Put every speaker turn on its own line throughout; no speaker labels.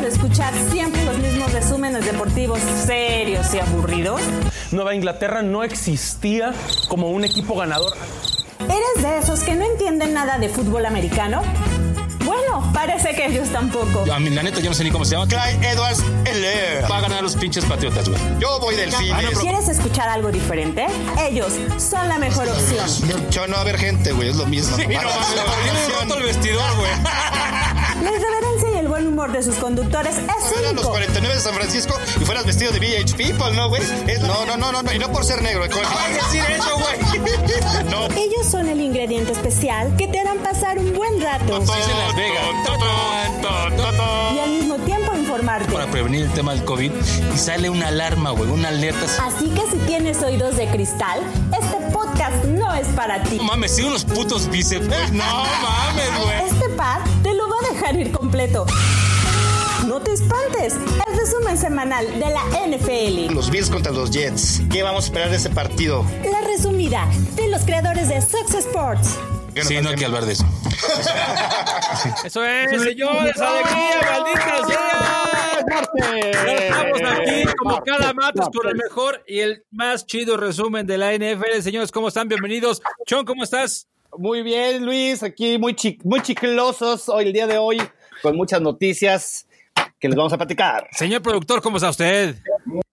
de escuchar siempre los mismos resúmenes deportivos serios y aburridos?
Nueva Inglaterra no existía como un equipo ganador.
¿Eres de esos que no entienden nada de fútbol americano? Bueno, parece que ellos tampoco.
A mí, la neta, yo no sé ni cómo se llama.
Clyde Edwards Heller.
Va a ganar los pinches patriotas, güey.
Yo voy del
Ah, no,
cine.
pero- ¿Quieres escuchar algo diferente? Ellos son la mejor opción.
Yo no va a haber gente, güey, es lo mismo.
Sí, no mames, le volvieron roto el vestidor, güey.
La irreverencia y el buen humor de sus conductores es
Fueran los
único.
49 de San Francisco y fueras vestido de VH People, ¿no, güey? Es- No, no, no, no, no, y no por ser negro. güey.
Ay, decir eso, güey.
No,
Ellos son el ingrediente especial que te harán pasar un buen rato
Dice Las Vegas.
y al mismo tiempo informarte.
Para prevenir el tema del COVID y sale una alarma, güey, una alerta.
Así
así,
que si tienes oídos de cristal, este podcast no es para ti.
No mames, sí, unos putos bíceps, güey. No mames, güey.
Este par te lo va a dejar ir completo. No te espantes, el resumen semanal de la NFL.
los Bills contra los Jets. ¿Qué vamos a esperar de ese partido?
La resumida de los creadores de Success Sports.
Sí, no hay que hablar de eso.
Eso es, señores, alegría, maldita sea. Ya Estamos aquí como cada martes con el mejor y el más chido resumen de la NFL. Señores, ¿cómo están? Bienvenidos. Chon, ¿cómo estás?
Muy bien, Luis, aquí muy, chi- muy chiclosos hoy, el día de hoy, con muchas noticias que les vamos a platicar.
Señor productor, ¿cómo está usted?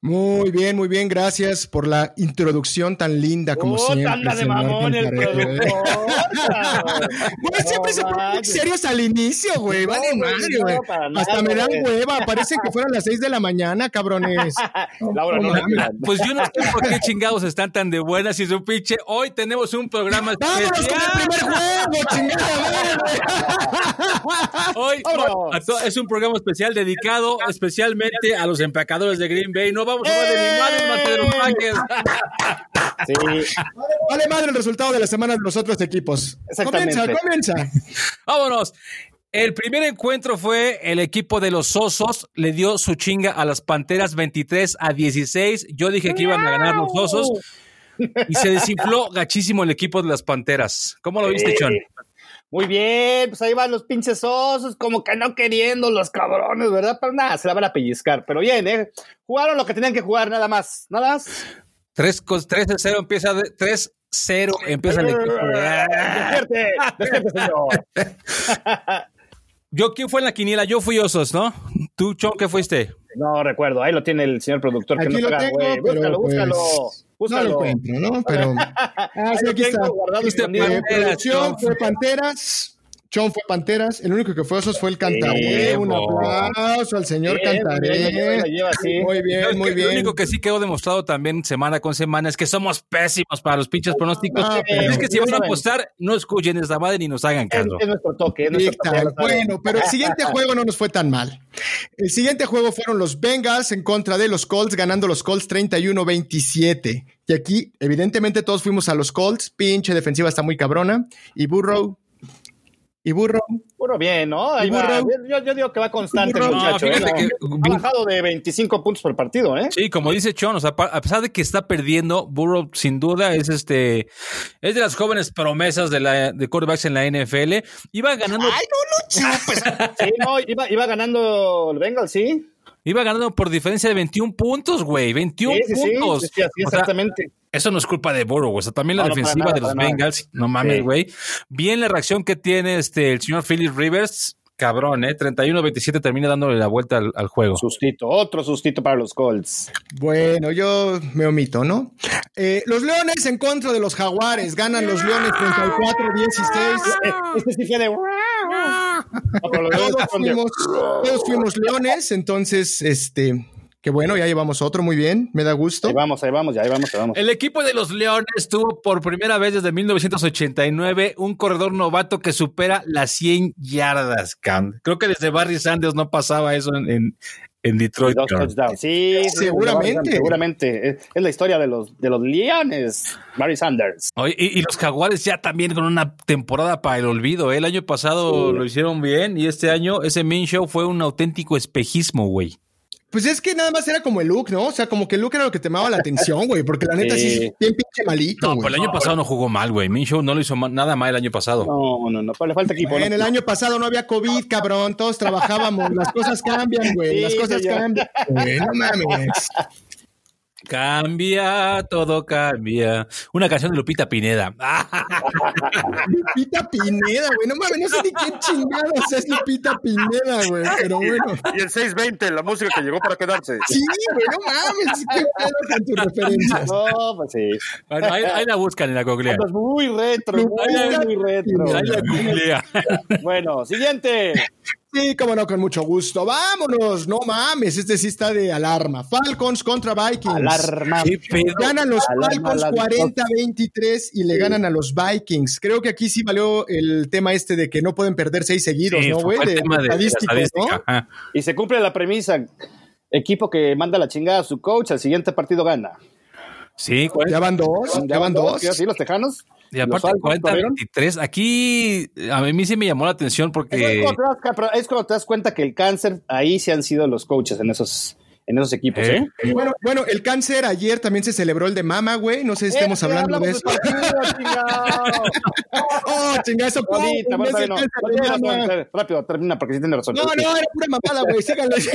Muy bien, muy bien. Gracias por la introducción tan linda como
¡Oh,
siempre.
tanda de
señor
mamón el
Moncayo,
productor!
güey.
cabrón.
Güey, siempre
No
se ponen muy
manches.
serios al inicio, güey.
No,
Vale
güey,
madre,
no,
güey.
para nada,
Hasta me dan
güey.
hueva. Parece que fueran las seis de la mañana, cabrones.
Laura, no,
No
la
mames.
tiran.
Pues yo no sé por qué chingados están tan de buenas y su pinche. Hoy tenemos un programa
¡Vámonos con el
especial.
primer juego, chingada madre!
Hoy a to- es un programa especial dedicado especialmente a los empacadores de Green Bay. No vamos a hablar de animales más que de los Packers.
Sí,
Vale madre el resultado de la semana de los otros equipos.
Exactamente.
Comienza, comienza.
Vámonos. El primer encuentro fue el equipo de los Osos, le dio su chinga a las Panteras 23 a 16. Yo dije que iban a ganar los Osos y se desinfló gachísimo el equipo de las Panteras. ¿Cómo lo viste,
Sí.
Chon?
Muy bien, pues ahí van los pinches osos, como que no queriendo los cabrones, ¿verdad? Pero nada, se la van a pellizcar, pero bien, ¿eh? Jugaron lo que tenían que jugar, nada más, nada más.
3 0 empieza de- 3-0 empieza el equipo.
Despierte, despierte, señor.
Yo quién fue en la quiniela, yo fui Osos, ¿no? Tú Chon, ¿qué fuiste?
No recuerdo, ahí lo tiene el señor productor. que
Aquí
no
lo
pega,
tengo,
güey.
pero
Búscalo,
pues,
búscalo.
no lo
búscalo.
encuentro, ¿no? Pero ah, sí,
lo
aquí
tengo
está.
guardado y
Este,
escondido.
eh,
Panteras,
producción
este Chon.
fue Panteras. Chon fue Panteras, el único que fue Osos fue el Cantaré.
Bien,
Un
bo.
aplauso al señor
Bien, bien, la lleva,
Cantaré.
la lleva, sí.
Muy
¿Sabes
bien,
qué?
Eh, muy
Lo
bien.
único que sí quedó demostrado también semana con semana es que somos pésimos para los pinches pronósticos.
Ah, pero-
es que si van a apostar, no escuchen esta madre ni nos hagan
Es,
caso.
es nuestro toque, es
Big
nuestro toque. ya
time.
lo saben.
Bueno, pero el siguiente juego no nos fue tan mal. El siguiente juego fueron los Bengals en contra de los Colts, ganando los Colts 31-27. Y aquí, evidentemente, todos fuimos a los Colts. Pinche defensiva está muy cabrona. Y Burrow. Y Burrow.
Puro bien, ¿no? Ahí
Y
va.
Burrow.
Yo, yo digo que va constante,
Y Burrow.
muchacho.
No,
¿eh?
fíjate
No.
que-
Ha bajado de 25 puntos por partido, ¿eh?
Sí, como dice Chon, o sea, pa- a pesar de que está perdiendo, Burrow sin duda es este es de las jóvenes promesas de la de quarterbacks en la NFL. Iba ganando,
Sí, no, iba, iba ganando el Bengals, sí.
iba ganando por diferencia de 21 puntos, güey, 21
Sí, sí, sí,
puntos.
sí, sí, así
O sea,
exactamente.
Eso no es culpa de Burrow, o sea, también la
No, no, para
defensiva
nada,
de los
para nada.
Bengals, no mames,
Sí.
güey. Bien la reacción que tiene este el señor Philip Rivers, cabrón, eh, 31-27 termina dándole la vuelta al, al juego.
Sustito, otro sustito para los Colts.
Bueno, yo me omito, ¿no? Eh, los Leones en contra de los Jaguares. Ganan los Leones 34-16.
Eh, Este sí fue de. No, pero los
Todos
Bengals son de-
fuimos, todos fuimos Leones, entonces, este, que bueno, ya llevamos otro, muy bien, me da gusto.
Ahí vamos, ahí vamos, ya, ahí vamos, ahí vamos.
El equipo de los Leones tuvo por primera vez desde 1989 un corredor novato que supera las 100 yardas, Cam. Creo que desde Barry Sanders no pasaba eso en, en- en Detroit.
Dos
cabrón.
touchdowns. Sí, sí,
Seguramente.
Seguramente. Es, es la historia de los, de los Leones. Barry Sanders.
Oye, y, y los Jaguares ya también con una temporada para el olvido. ¿eh? El año pasado lo hicieron bien y este año ese Min Show fue un auténtico espejismo, güey.
Pues es que nada más era como el look, ¿no? O sea, como que el look era lo que te llamaba la atención, güey, porque la neta sí, es
Sí.
bien pinche malito.
No,
güey.
pero el año pasado no jugó mal, güey. Minshew no lo hizo ma- nada mal el año pasado.
No, no, no, pero le falta equipo. ¿no?
En el año pasado no había COVID, cabrón. Todos trabajábamos. Las cosas cambian, güey. Las
Sí,
cosas
señor.
cambian. güey. No mames.
Cambia, todo cambia. Una canción de Lupita Pineda. Ah,
Lupita Pineda, güey. No mames, no sé ni quién chingados es Lupita Pineda, güey. Pero bueno.
Y el 620, la música que llegó para quedarse.
Sí, güey, no mames. Qué pedo con tus referencias.
No, pues sí.
bueno, ahí, ahí la buscan en la googlea.
Andas muy retro,
Lupita
muy, muy retro.
Pineda.
Ahí la googlea.
Bueno, siguiente.
Sí, cómo no, con mucho gusto. Vámonos. No mames. Este sí está de alarma. Falcons contra Vikings.
Alarma.
Qué pedo.
Ganan los
Alarma,
Falcons
alarma.
40-23 y le ganan a los Vikings. Creo que aquí sí valió el tema este de que no pueden perder seis seguidos,
Sí,
¿no,
fue
güey?
el tema de la
estadístico, ¿no?
estadística. Ajá.
Y se cumple la premisa. Equipo que manda la chingada a su coach, al siguiente partido gana.
Sí, cuarenta-
Ya van dos, ya van dos.
¿Sí, los tejanos?
y aparte
Los Falcons corrieron.
40-23. Aquí a mí sí me llamó la atención
Eso es,
porque...
cuando te das, pero es cuando te das cuenta que el cáncer, ahí se han sido los coaches en esos, en esos equipos.
¿Eh?
¿eh?
Bueno, bueno, el cáncer ayer también se celebró el de mama, güey. No sé si estemos
Eh,
hablando de
hablamos
eso.
partido, chingado.
Oh, chinga, eso fue
Ahorita,
un mes
ahorita,
de
no.
cáncer
No,
de
tiene
mama.
razón, eh, Rápido, termina porque sí tiene razón.
No, no, era pura mamada, güey. Síganle.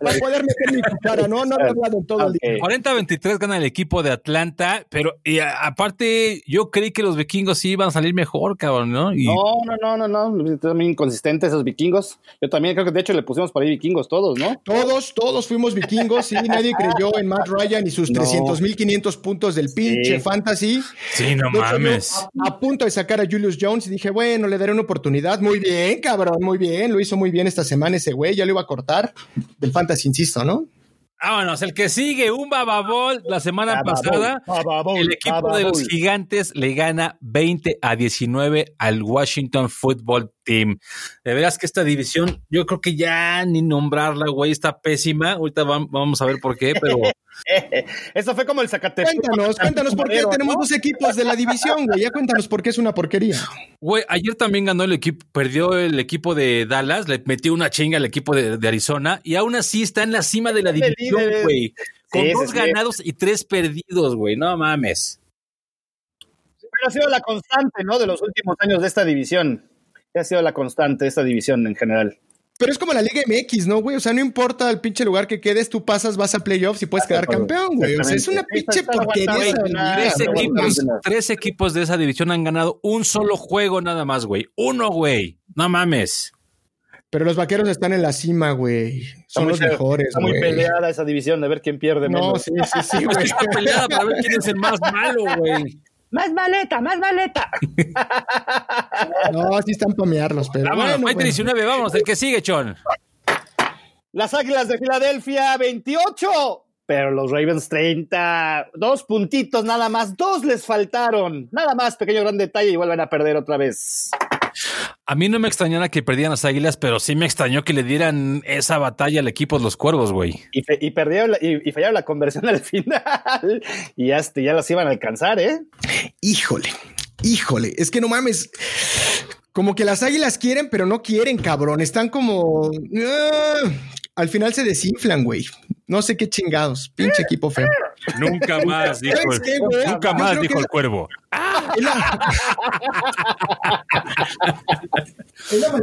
Para poder meter mi cuchara, ¿no? No he hablado en todo el día.
Ok.
40-23 gana el equipo de Atlanta, pero y a- aparte yo creí que los vikingos sí iban a salir mejor, cabrón, ¿no? Y
No, no, no, no, no. También inconsistentes esos vikingos. Yo también creo que de hecho le pusimos por ahí vikingos todos, ¿no?
Todos, todos fuimos vikingos y nadie creyó en Matt Ryan y sus
No.
300.500 puntos del pinche fantasy.
sí, no
De hecho, yo
mames.
a, a punto de sacar a Julius Jones y dije, bueno, le daré una oportunidad. Muy bien, cabrón, muy bien. Lo hizo muy bien esta semana ese güey. Ya lo iba a cortar del fantasy, insisto, ¿no?
Vámonos, el que sigue, un bababol la semana pasada. el equipo de los gigantes le gana 20 a 19 al Washington Football Team. De veras que esta división, yo creo que ya ni nombrarla, güey, está pésima. Ahorita vam- vamos a ver por qué, pero
Eso fue como el Zacatecas.
Cuéntanos, cuéntanos por qué tenemos dos equipos de la división, güey. Ya cuéntanos por qué es una porquería.
Güey, ayer también ganó el equipo, perdió el equipo de Dallas, le metió una chinga al equipo de, de Arizona y aún así está en la cima de la
Líderes.
división, güey. Con
Sí, sí,
dos
sí.
ganados y tres perdidos, güey. No mames.
Pero ha sido la constante, ¿no? De los últimos años de esta división. Ha sido la constante de esta división en general.
Pero es como la Liga MX, ¿no, güey? O sea, no importa el pinche lugar que quedes, tú pasas, vas a playoffs y puedes quedar campeón, güey. O sea, es una
Exactamente.
pinche
Está aguantando,
porquería. esa
güey.
Tres,
liga,
no,
güey.
equipos,
no, no.
tres equipos de esa división han ganado un solo juego nada más, güey. Uno, güey. No mames.
Pero los vaqueros están en la cima, güey. Son
muy
los
feo,
mejores,
Está muy
güey.
peleada esa división de ver quién pierde
No,
menos.
sí, sí, sí, güey.
Está peleada para ver quién es el más malo, güey.
Más maleta, más maleta.
No, sí están pamearlos, pero
Vámonos,
bueno,
bueno,
bueno.
19, vámonos, el que sigue, Chon.
Las Águilas de Filadelfia, 28. Pero los Ravens, 30. Dos puntitos nada más. Dos les faltaron. Nada más, pequeño gran detalle y vuelven a perder otra vez.
A mí no me extrañara que perdieran las águilas, pero sí me extrañó que le dieran esa batalla al equipo de los cuervos, güey.
Y, fe- y perdieron la- y, y fallaron la conversión al final. Y ya, este, ya las iban a alcanzar, ¿eh?
Híjole, híjole, es que no mames. Como que las águilas quieren, pero no quieren, cabrón. Están como. ah, al final se desinflan, güey. No sé qué chingados. Pinche equipo feo.
Nunca más, dijo.
¿Sabes qué, güey?
Nunca
Yo
más,
creo
dijo
que-
el cuervo.
Es la- es la-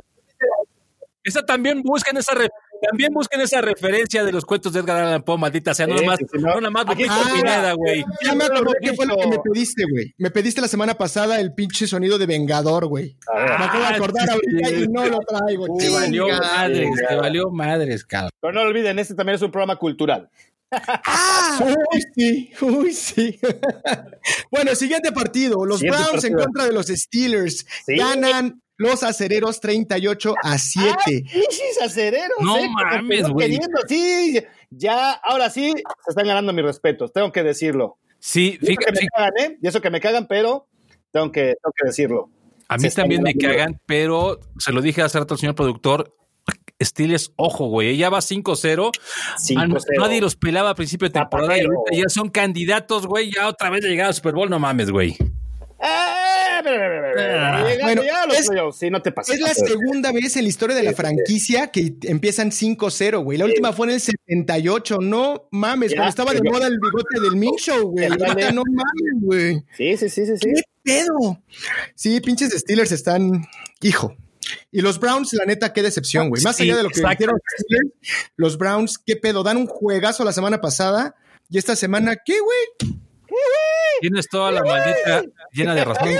Esa también busquen esa re- también busquen esa referencia de los cuentos de Edgar Allan Poe, maldita sea, no
Sí,
nada más,
sí, sí,
no
no.
nada más
Aquí
Lupita
está.
Pineda, güey.
Ya me acordé
Lo
qué fue lo que me
dijo.
pediste, güey. Me pediste la semana pasada el pinche sonido de Vengador, güey.
Ah,
Me acabo de acordar ahorita y no lo traigo.
Te valió
Chinga.
madres, te valió madres, cabrón.
Pero no olviden, este también es un programa cultural.
Uy, sí, uy, sí. bueno, siguiente partido. Los
Siguiente
Browns en
partido.
contra de los Steelers.
Sí.
Ganan los acereros 38 a 7.
Pinches acereros,
No
¿eh? Como
mames,
que no
güey.
queriendo, Sí, ya, ahora sí, se están ganando mis respetos, tengo que decirlo.
Sí,
Y eso que
fíjate,
me
fíjate,
cagan, ¿eh? Y eso que me cagan, pero tengo que, tengo que decirlo.
a
Se
mí
está
también me
ganando.
cagan, pero se lo dije hace rato al señor productor, Steelers, ojo, güey, ella va 5-0. Ah, no,
5-0.
Nadie los
Ah,
pelaba a principio de temporada y
Zapatero.
ahorita ya son candidatos, güey, ya otra vez de llegar al Super Bowl, no mames, güey.
Eh, mira, mira, mira, mira.
Ah.
Llegando
Bueno,
ya a los
es-
playoffs, sí, no te pases.
Es la segunda vez en la historia de la franquicia que empiezan 5-0, güey. La última fue en el 78. No mames,
Ya,
cuando estaba de
pero-
moda el bigote del Min Show, güey.
Ya,
Ahorita
dale.
no mames, güey.
Sí, sí, sí, sí, sí.
¿Qué pedo? Sí, pinches Steelers están, hijo. Y los Browns, la neta, qué decepción, güey. Más
Sí,
allá de lo que
exacto.
hicieron los Steelers, los Browns, qué pedo. Dan un juegazo la semana pasada y esta semana, ¿qué, güey?
Tienes toda la maldita llena de razón, señor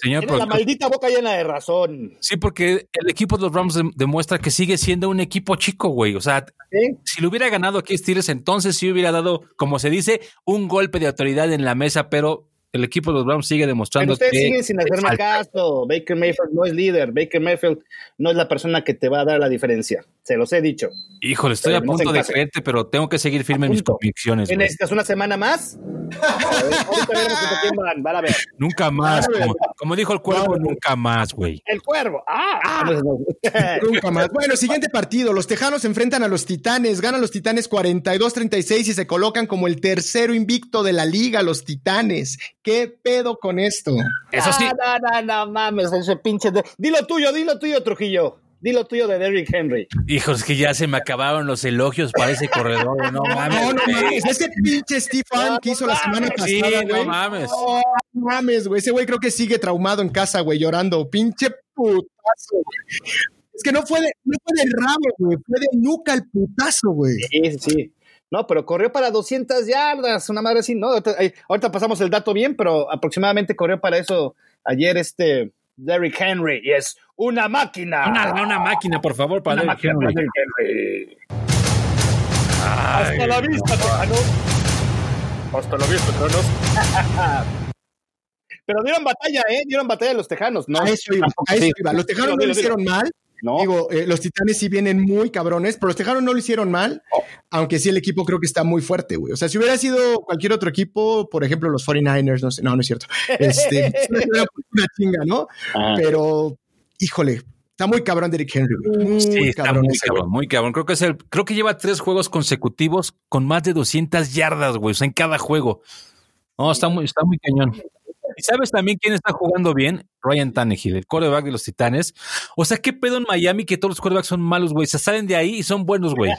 Tiene la
productor.
maldita boca llena de razón.
Sí, porque el equipo de los Rams dem- demuestra que sigue siendo un equipo chico, güey. O sea,
¿Sí?
si lo hubiera ganado aquí Steelers, entonces sí hubiera dado, como se dice, un golpe de autoridad en la mesa, pero el equipo de los Browns sigue
Pero
demostrando
ustedes
que
siguen sin hacerme
falta.
caso. Baker Mayfield no es líder. Baker Mayfield no es la persona que te va a dar la diferencia. Se los he dicho.
Híjole, estoy a
Pero no
punto
se
de
encaja.
creerte, pero tengo que seguir firme en mis
Punto.
convicciones.
¿Qué
güey.
necesitas? ¿Una semana más? A ver, ahorita veremos contra quién van. Van a ver.
Nunca más, como, como dijo el cuervo,
Claro.
nunca más, güey.
El cuervo. ¡Ah! ah, no, no.
Nunca más. Bueno, siguiente partido. Los Tejanos se enfrentan a los Titanes. Ganan los Titanes 42-36 y se colocan como el tercero invicto de la liga, los Titanes. ¿Qué pedo con esto?
Eso sí,
Ah, No, no, no, mames. Ese pinche. de- Dilo tuyo, dilo tuyo, Trujillo. Dilo tuyo de Derrick Henry.
hijos, que ya se me acabaron los elogios para ese corredor, güey. no mames.
No, no
güey.
mames. Ese pinche Steve Allen que hizo la semana pasada,
Sí, no
güey.
mames.
No mames, güey. Ese güey creo que sigue traumado en casa, güey, llorando. Pinche putazo, güey. Es que no fue de, no fue de rabo, güey. Fue de nuca el putazo, güey.
Sí, sí, sí. No, pero corrió para 200 yardas, una madre así, ¿no? Ahorita, ay, ahorita pasamos el dato bien, pero aproximadamente corrió para eso ayer este Derrick Henry y es una máquina.
Una, una máquina, por favor, para
Una
Derrick
máquina para
Henry.
Derrick Henry. Hasta la vista, Tejano.
Hasta la vista, Thanos.
Pero dieron batalla, ¿eh? Dieron batalla a los tejanos, ¿no?
a eso iba,
Tampoco-
a eso
sí.
iba. Los
Dilo,
tejanos no lo
dilo, dilo.
hicieron mal.
No.
Digo, eh, los titanes sí vienen muy cabrones, pero los tejanos no lo hicieron mal, aunque sí el equipo creo que está muy fuerte, güey. O sea, si hubiera sido cualquier otro equipo, por ejemplo, los 49ers, no sé, no, no es cierto. Este, sí les hubiera puesto una chinga, ¿no?
Ajá.
Pero, híjole, está muy cabrón Derrick Henry,
Mm.
güey. Muy
Sí, está
cabrón
muy
ese
cabrón, muy cabrón. Creo que, es el, creo que lleva tres juegos consecutivos con más de 200 yardas, güey, o sea, en cada juego. No, está muy, está muy cañón. ¿Y sabes también quién está jugando bien? Ryan Tannehill, el coreback de los Titanes. O sea, ¿qué pedo en Miami que todos los corebacks son malos, güey? Se salen de ahí y son buenos, güey.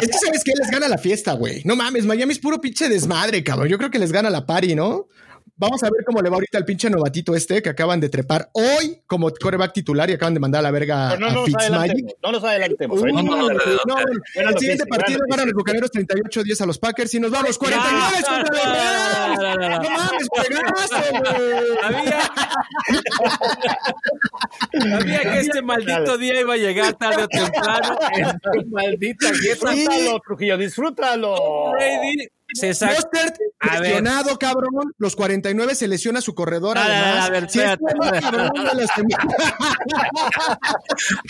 Es que sabes que les gana la fiesta, güey. No mames, Miami es puro pinche desmadre, cabrón. Yo creo que les gana la party, ¿no? Vamos a ver cómo le va ahorita al pinche novatito este que acaban de trepar hoy como coreback titular y acaban de mandar a la verga
Pero no
a
nos adelantemos,
Fitzmagic.
no nos adelantemos.
Pues
¿eh?
Uh,
Ahorita
no,
vamos a
no,
ver.
no.
Buena
El siguiente
noticia,
partido
buena
ganan los bucaneros 38-10 a los Packers y nos vamos 49 contra los Rams. No mames, juegazo, güey.
Había, había que este maldito día iba a llegar tarde o temprano. Este maldita fiesta.
Disfrútalo, Trujillo, disfrútalo.
Brady se sacó.
Mostert
A ver.
lesionado, cabrón. Los 49 se lesiona su corredor.
A ver,
además.
a ver,
Sí, está
espérate,
muy
espérate.
cabrón de la semana.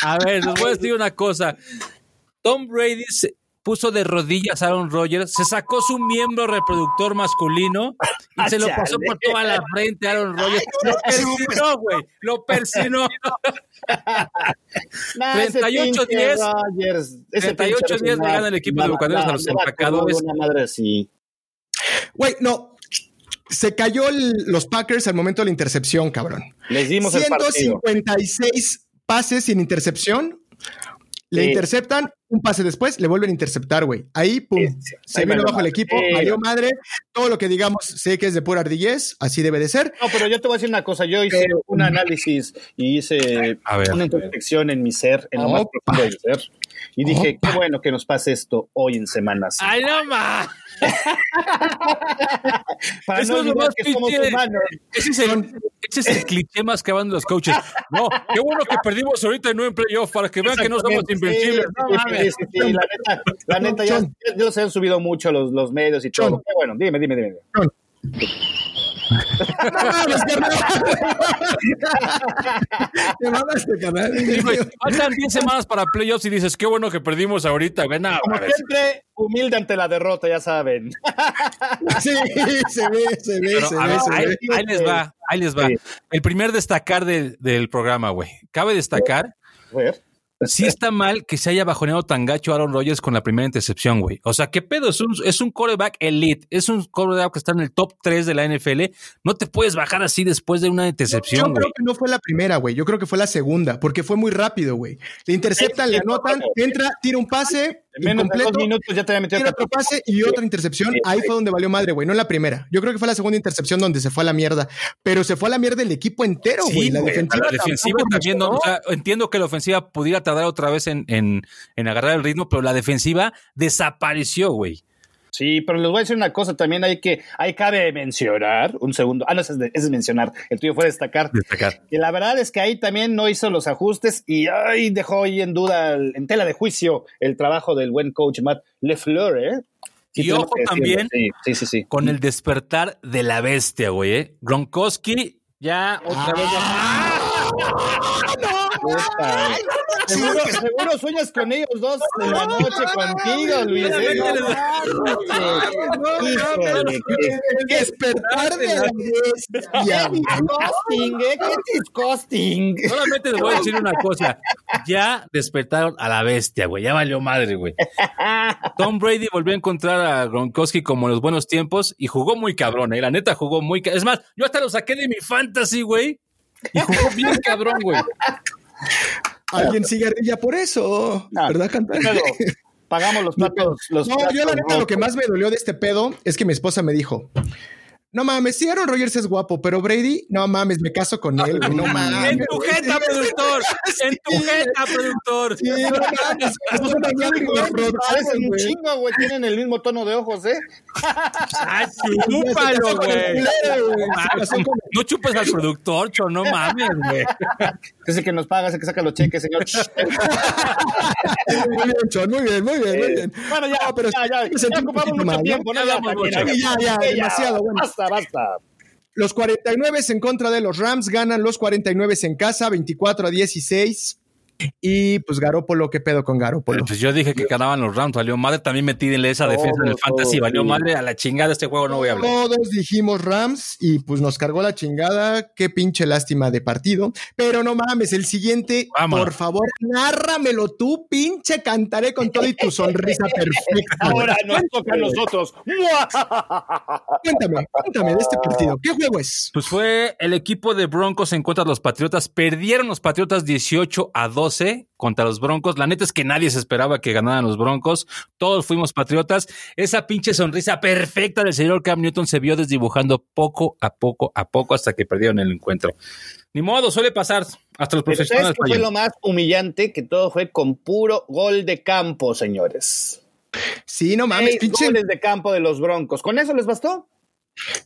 A ver, les voy a decir una cosa. Tom Brady se puso de rodillas a Aaron Rodgers, se sacó su miembro reproductor masculino y se lo
Ah,
pasó por toda la frente a Aaron Rodgers. Lo persinó, güey. Lo persinó.
Nah, ese
38-10,
pinche Rodgers, ese
38-10
pinche
le gana
Rodgers,
el equipo de
nada,
Bucaneros a
nada,
los
nada,
empacadores.
Una madre así.
Güey, no. Se cayó el- los Packers al momento de la intercepción, cabrón.
Les dimos el partido.
156 pases sin intercepción. Le
Sí.
interceptan, un pase después, le vuelven a interceptar, güey. Ahí, pum,
Sí, sí.
se
Ahí
vino
valió
abajo el
madre.
equipo,
Sí.
valió madre. Todo lo que digamos, sé que es de pura ardillez, así debe de ser.
No, pero yo te voy a decir una cosa. Yo hice
Pero-
un análisis y hice
A ver.
una introspección en mi ser, en lo más
Opa.
profundo de mi ser. Y dije,
Opa.
qué bueno que nos pase esto hoy en semanas.
¡Ay, no más!
Para no
eso es lo
olvidar
más
que somos
pinche-
humanos.
Ese es el, ese es el cliché más que van los coaches. No, qué bueno que perdimos ahorita y no en playoff para que vean que no somos
Exactamente.
invencibles.
Sí,
No
sí,
mames.
sí, sí, sí, la neta, la neta ya,
Chon.
ya se han subido mucho los, los medios y
Chon.
todo. Qué bueno, dime, dime, dime.
Te mamaste, carnal.
Sí, güey, Faltan 10 semanas para playoffs y dices, qué bueno que perdimos ahorita, güey. No,
Como
mames.
siempre, humilde ante la derrota, ya saben.
Sí, se ve, se ve,
Pero,
se
a
ve,
ver,
se
ahí,
ve.
ve.
ahí les va, ahí les va.
Sí.
El primer destacar del, del programa, güey. Cabe destacar
A ver,
sí está mal que se haya bajoneado tan gacho Aaron Rodgers con la primera intercepción, güey. O sea, ¿qué pedo? Es un, es un quarterback elite. Es un quarterback que está en el top 3 de la NFL. No te puedes bajar así después de una
Yo
intercepción,
creo
güey.
que no fue la primera, güey. Yo creo que fue la segunda, porque fue muy rápido, güey. Le interceptan, le anotan, entra, tira un pase,
En menos de dos
incompleto,
minutos ya te había metido
tira otro
14.
pase y otra intercepción. Ahí fue donde valió madre, güey. No en la primera. Yo creo que fue la segunda intercepción donde se fue a la mierda. Pero se fue a la mierda el equipo entero, güey. la
güey,
defensiva,
la defensiva
tampoco
también. no,
reaccionó.
o sea, entiendo que la ofensiva pudiera tardar otra vez en, en- en agarrar el ritmo, pero la defensiva desapareció, güey.
Sí, pero les voy a decir una cosa, también hay que, ahí cabe mencionar, un segundo, ah, no, ese es, de- ese es mencionar, el tuyo fue destacar,
Destacar.
que la verdad es que ahí también no hizo los ajustes y ay, dejó ahí en duda, el- en tela de juicio, el trabajo del buen coach Matt LeFleur, ¿eh?
Y
tenemos
ojo
que decirlo,
también
Sí, sí, sí. sí.
Con el despertar de la bestia, güey. ¿eh? Gronkowski ya otra vez.
Puta. Seguro, seguro sueñas con ellos dos de la noche contigo, Luis. ¿eh?
Mira,
No, Híjole, qué-
Despertar de la bestia, güey.
disgusting, ¿eh? Qué disgusting.
Solamente les voy a decir una cosa. Ya despertaron a la bestia, güey. Ya valió madre, güey. Tom Brady volvió a encontrar a Gronkowski como en los buenos tiempos y jugó muy cabrón, eh. La neta jugó muy cabrón. Es más, yo hasta lo saqué de mi fantasy, güey. Y jugó bien cabrón, güey.
Alguien sigue ardilla por eso.
No,
¿Verdad, cantar?
Pero pagamos los platos. Los
No,
platos
yo la neta
rotos.
lo que más me dolió de este pedo es que mi esposa me dijo, no mames, si Aaron Rodgers es guapo, pero Brady, no mames, me caso con él, güey, no mames.
En tu
güey".
jeta,
pues.
productor. En tu jeta, productor.
Sí, no mames, esto es una lágrima,
Güey, parecen
producción,
un
güey.
chingo, güey. Tienen el mismo tono de ojos, ¿eh?
Ay,
Se
Ah,
casó
chúpalo,
con el
güey.
culero, güey.
Ah,
Se casó con-
No chupes al productor, cho, no mames, güey.
Es el que nos paga, es el que saca los cheques, señor.
Muy bien, Chon, muy bien, muy bien, muy bien.
bueno, ya,
No, pero
ya, ya,
me
ya
sentí un
ocupamos
poquito
mucho
mal, ¿no?
tiempo, Ah, ¿no? Ya,
Hablamos
también,
mucho.
Ya, ya,
Sí,
demasiado, bueno.
Basta, basta.
Los 49 en contra de los Rams ganan los 49 en casa, 24 a 16. Y pues Garópolo, ¿qué pedo con Garópolo?
Pues yo dije que ganaban los Rams, valió madre. También metí en esa defensa en el fantasy, valió madre. A la chingada este juego no voy a hablar.
Todos dijimos Rams y pues nos cargó la chingada. Qué pinche lástima de partido. Pero no mames, el siguiente,
Vamos.
por favor, nárramelo tú, pinche cantaré con todo y tu sonrisa perfecta.
Ahora nos toca a nosotros.
Cuéntame, cuéntame de este partido. ¿Qué juego es?
Pues fue el equipo de Broncos en contra de los Patriotas. Perdieron los Patriotas 18 a 12 contra los Broncos. La neta es que nadie se esperaba que ganaran los Broncos. Todos fuimos Patriotas. Esa pinche sonrisa perfecta del señor Cam Newton se vio desdibujando poco a poco a poco hasta que perdieron el encuentro. Ni modo, suele pasar. Hasta
Pero ¿sabes
los profesionales.
qué fue
fallan.
lo más humillante? Que todo fue con puro gol de campo, señores.
Sí, no mames,
Seis
pinche,
goles de campo de los Broncos. ¿Con eso les bastó?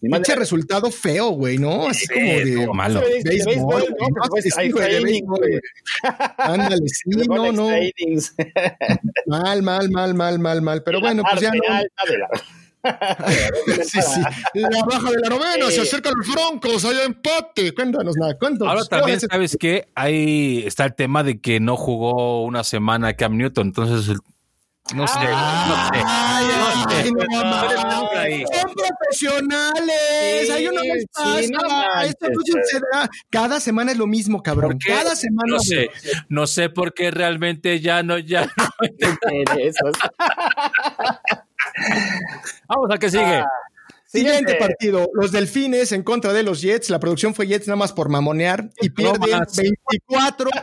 Ni más
pinche
ni-
resultado feo, güey, ¿no? Así como
Eh,
de.
no, malo.
de béisbol,
Béisbol,
¿no?
güey,
Pues,
sí,
hay
güey, de
training,
béisbol,
güey.
güey. Ándale, sí,
de
no,
goles
no.
trainings.
Mal, mal, mal, mal, mal, mal. Pero bueno, pues ya
Parte
no.
alta de la-
Sí, sí. La baja de la novena,
Sí.
se acercan los broncos, hay empate. Cuéntanos nada, cuéntanos.
Ahora también
Ahora
sabes que ahí está el tema de que no jugó una semana Cam Newton, entonces no sé, no sé.
Ah. sí. Ay, no, mames.
Pero no, ahí.
Son profesionales.
Sí,
Hay una vez
sí,
más.
no
Ah, esto
manches.
no sucederá. Cada semana es lo mismo, cabrón.
¿Por qué?
Cada semana.
No sé, no sé por qué realmente ya no, ya. no.
de esos.
Vamos a que sigue.
Siguiente
Siguiente.
partido, los Delfines en contra de los Jets. La producción fue Jets nada más por mamonear y pierden
más.
24-0,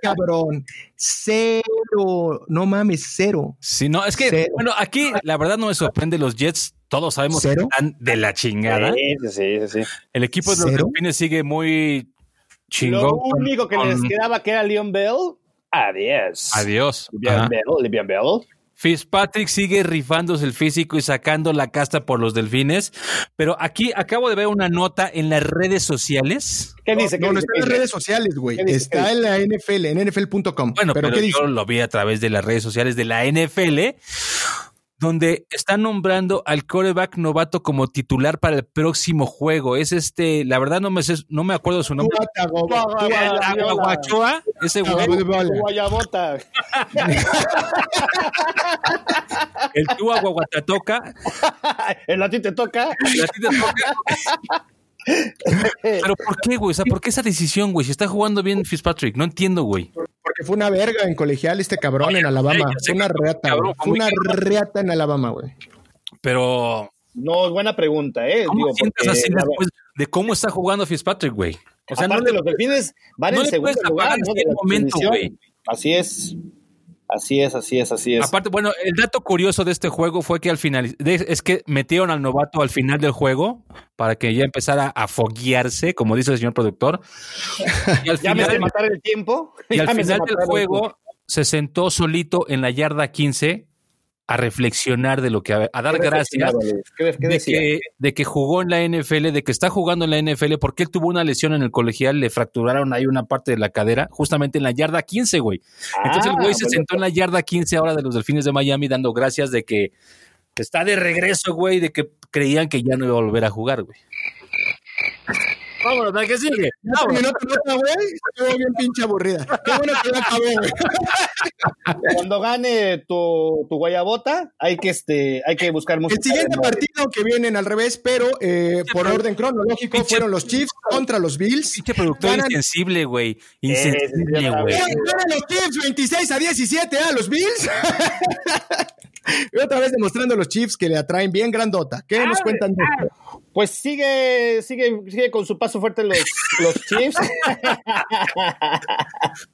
cabrón. Cero. No mames, cero.
Si no, es que,
Cero.
bueno, aquí la verdad no me sorprende los Jets. Todos sabemos
Cero.
que están de la chingada.
Sí, sí, sí, sí.
El equipo de los
Cero.
delfines sigue muy chingón.
Lo
con-
único que
con-
les quedaba que era Leon Bell. Adiós.
Adiós.
Le'Veon
Ajá.
Bell, Le'Veon Bell.
Fitzpatrick sigue rifándose el físico y sacando la casta por los delfines. Pero aquí acabo de ver una nota en las redes sociales.
¿Qué dice? ¿Qué
No, no
dice? ¿Qué
está en las
dice?
redes sociales, güey.
¿Qué dice?
Está
¿Qué
en la NFL, en NFL.com.
Bueno, pero,
pero, ¿qué dice?
yo lo vi a través de las redes sociales de la NFL, donde están nombrando al coreback novato como titular para el próximo juego. Es este, la verdad no me sé- no me acuerdo su nombre.
Guata, go-
Guata,
Agua- Guachoa, ese güey.
go- go-
Guayabota.
El Tua Guaguatatoca.
El a ti te toca.
Y a ti te toca. Pero ¿por qué, güey? O sea, ¿por qué esa decisión, güey? Si está jugando bien Fitzpatrick, no entiendo, güey.
Porque fue una verga en colegial este cabrón en Alabama.
ya sé
Fue una
que fue un
reata.
cabrón,
güey.
fue
Fue
muy
una
cabrón.
reata en Alabama, güey.
Pero,
No, es buena pregunta, ¿eh?
¿cómo
Digo,
sientes
porque,
así
a ver,
después de cómo está jugando Fitzpatrick, güey? O sea,
aparte
no le-
los delfines van
no
en
le
segundo
puedes
lugar,
apagar
¿no?
en
de la
el momento,
división.
güey.
Así es. Así es, así es, así es.
Aparte, bueno, el dato curioso de este juego fue que al final, de- es que metieron al novato al final del juego para que ya empezara a foguearse, como dice el señor productor. Y al
ya me sé
final,
matar el tiempo.
y al
Ya me sé
final
matar
del
el tiempo.
juego se sentó solito en la yarda 15 a reflexionar de lo que, a dar
Qué
gracias
decepcionado, Luis. ¿Qué, qué
de
decía?
que, de que jugó en la NFL, de que está jugando en la NFL, porque él tuvo una lesión en el colegial, le fracturaron ahí una parte de la cadera, justamente en la yarda 15, güey. Entonces el
Ah,
güey se
bueno,
sentó en la yarda 15 ahora de los Delfines de Miami dando gracias de que, que está de regreso, güey, de que creían que ya no iba a volver a jugar, güey. Vámonos, ¿a qué sigue?
Ya terminó tu nota, güey. Estuvo bien pinche aburrida. Qué bueno que ya acabó, güey.
Cuando gane tu, tu guayabota, hay que, este, hay que buscar
El
Pues
música.
siguiente
de-
partido que vienen al revés, pero eh, por orden cronológico,
Pinche-
fueron los Chiefs contra los Bills.
Pinche productor
Ganan-
insensible, güey.
sí,
Insensible,
ya
güey.
sabes.
¡Ey, ganan los Chiefs 26 a 17 a los Bills. y otra vez demostrando a los Chiefs que le atraen bien grandota. ¿Qué
Ah,
nos cuentan? de esto?
Pues sigue, sigue, sigue con su paso fuerte los, los Chiefs.